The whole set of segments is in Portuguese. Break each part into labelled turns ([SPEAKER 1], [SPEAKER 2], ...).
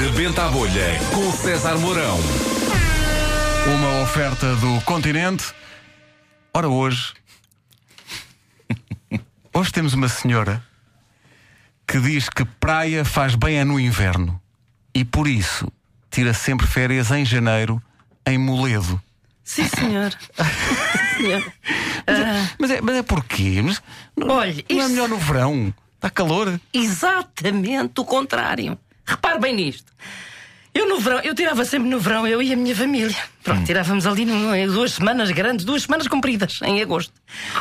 [SPEAKER 1] Rebenta a bolha com César Mourão.
[SPEAKER 2] Uma oferta do continente. Ora, hoje. Hoje temos uma senhora que diz que praia faz bem é no inverno e por isso tira sempre férias em janeiro em Moledo.
[SPEAKER 3] Sim, senhor. Sim, senhor.
[SPEAKER 2] Mas é, mas é porquê? Mas não,
[SPEAKER 3] Olha,
[SPEAKER 2] não é
[SPEAKER 3] isso-
[SPEAKER 2] melhor no verão? Está calor?
[SPEAKER 3] Exatamente o contrário. Repare bem nisto. Eu no verão, eu tirava sempre no verão, eu e a minha família. Pronto, tirávamos ali num- em duas semanas grandes, duas semanas compridas, em agosto.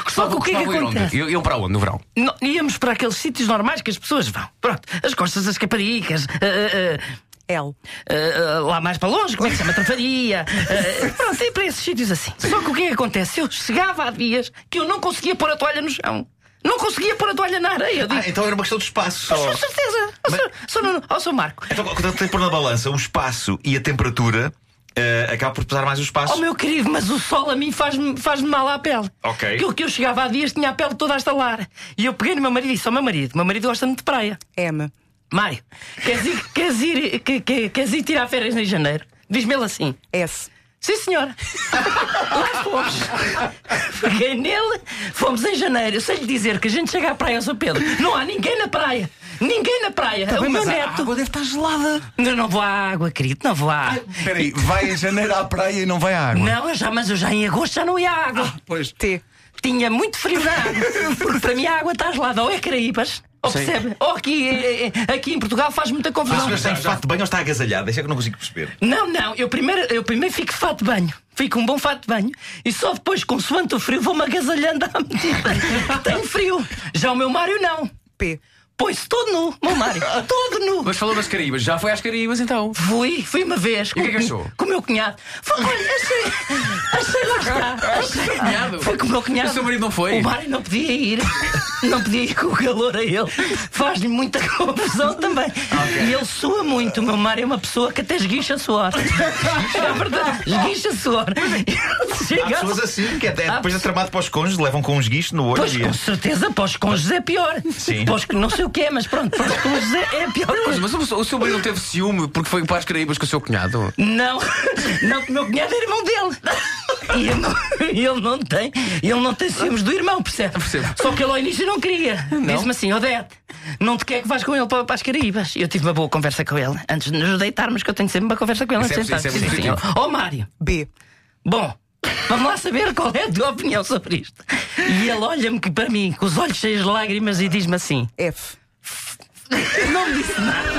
[SPEAKER 3] Só que o que é
[SPEAKER 1] Gostavam
[SPEAKER 3] que
[SPEAKER 1] de ir onde?
[SPEAKER 3] acontece?
[SPEAKER 1] Eu, eu para onde no verão?
[SPEAKER 3] No- íamos para aqueles sítios normais que as pessoas vão. Pronto, as costas das caparicas. ah, ah, ah,
[SPEAKER 4] L.
[SPEAKER 3] ah, ah, lá mais para longe, como é que se chama? Trafaria. ah, pronto, e para esses sítios assim. Só que o que é que acontece? Eu chegava a dias que eu não conseguia pôr a toalha no chão. Não conseguia pôr a toalha na areia. Eu digo,
[SPEAKER 5] Ah, então era uma questão de espaço só.
[SPEAKER 3] Com certeza! Ó, Sr. Sr. Nuno, ó, Sr. Marco,
[SPEAKER 5] Então, quando tem que pôr na balança o espaço e a temperatura, eh, acaba por pesar mais o espaço.
[SPEAKER 3] ó Oh, meu querido, mas o sol a mim faz-me faz mal à pele.
[SPEAKER 5] Ok.
[SPEAKER 3] Que, eu- que eu chegava há dias tinha a pele toda a estalar. E eu peguei no meu marido e disse: Ó meu marido, meu marido gosta muito de praia.
[SPEAKER 4] M.
[SPEAKER 3] Mário, queres ir, queres ir, que, que- queres ir tirar férias em janeiro? Diz-me ele assim.
[SPEAKER 4] S.
[SPEAKER 3] Sim, senhora. Lá fomos. Peguei nele, fomos em janeiro. Eu sei lhe dizer que a gente chega à praia, São Pedro. Não há ninguém na praia. Ninguém na praia.
[SPEAKER 5] Tá
[SPEAKER 3] É o meu neto.
[SPEAKER 2] deve estar gelada.
[SPEAKER 3] Eu não vou à água, querido, não vou à água.
[SPEAKER 2] Espera aí, vai em janeiro à praia e não vai à água.
[SPEAKER 3] Não, eu já, mas eu já em agosto já não ia à água.
[SPEAKER 2] Pois.
[SPEAKER 4] T.
[SPEAKER 3] Tinha muito frio na água. Porque para mim a água está gelada. Ou é Caraíbas, ou percebe? Ou aqui, eh, eh, aqui em Portugal faz muita
[SPEAKER 5] Mas o
[SPEAKER 3] confusão.
[SPEAKER 5] senhor está em fato de banho ou está agasalhado? Isso é que eu não consigo perceber.
[SPEAKER 3] Não, não, eu primeiro, eu primeiro fico de fato de banho. Fico um bom fato de banho e só depois, consoante o frio, vou-me agasalhando à medida. Tenho frio. Já o meu Mário não.
[SPEAKER 4] P.
[SPEAKER 3] Pois todo nu, meu Mário, todo nu.
[SPEAKER 1] Mas falou das Caraíbas, já foi às Caraíbas então.
[SPEAKER 3] Fui, fui uma vez.
[SPEAKER 1] o que é que achou?
[SPEAKER 3] Com o meu cunhado. Foi, olha, achei. Achei lá está. Achei,
[SPEAKER 1] cunhado?
[SPEAKER 3] Foi com o meu cunhado.
[SPEAKER 1] O seu marido não foi?
[SPEAKER 3] O Mário não podia ir. Não podia ir com o calor a ele. Faz-lhe muita confusão também. E ele sua muito. O meu Mário é uma pessoa que até esguicha suor. é verdade. Esguicha suor. Ele
[SPEAKER 5] Há
[SPEAKER 3] chega-
[SPEAKER 5] pessoas assim, que até
[SPEAKER 3] Há
[SPEAKER 5] depois de tramado para os cônjuges, levam com um esguicho no olho.
[SPEAKER 3] Pois,
[SPEAKER 5] e-
[SPEAKER 3] com certeza, para os cônjuges é pior.
[SPEAKER 5] Sim.
[SPEAKER 3] Para os- não sei o que é, mas pronto, para os cônjuges é é a pior coisa.
[SPEAKER 1] Ah, Mas o, o seu marido não teve ciúme porque foi para as Caraíbas com o seu cunhado?
[SPEAKER 3] Não, não, que o meu cunhado é irmão dele. E eu não- ele não tem, ele não tem ciúmes do irmão, percebe?
[SPEAKER 1] Percebo.
[SPEAKER 3] Só que ele ao início não queria. Disse-me assim, Odete, não te quer que vás com ele para, para as Caraíbas. E Eu tive uma boa conversa com ele, antes de nos deitarmos, que eu tenho sempre uma conversa com ele
[SPEAKER 1] Isso é
[SPEAKER 3] antes de
[SPEAKER 1] positivo,
[SPEAKER 3] deitarmos.
[SPEAKER 1] isso é
[SPEAKER 3] Sim, sim. Ó Mário,
[SPEAKER 4] B.
[SPEAKER 3] bom, vamos lá saber qual é a tua opinião sobre isto. E ele olha-me que- para mim, com os olhos cheios de lágrimas, e diz-me assim:
[SPEAKER 4] F.
[SPEAKER 3] Não me disse nada.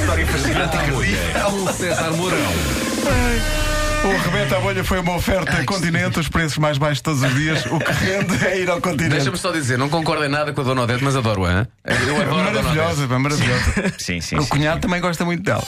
[SPEAKER 5] História fascinante.
[SPEAKER 1] Com César Mourão.
[SPEAKER 2] O Rebenta a Bolha foi uma oferta continente, os preços mais baixos todos os dias. O que rende é ir ao continente.
[SPEAKER 1] Deixa-me só dizer, não concordo em nada com a Dona Odete, mas adoro-a. hein? Eu adoro a Dona Odete.
[SPEAKER 2] É Maravilhosa, pá, maravilhosa.
[SPEAKER 5] Sim, sim.
[SPEAKER 2] O
[SPEAKER 5] sim.
[SPEAKER 2] cunhado também gosta muito dela.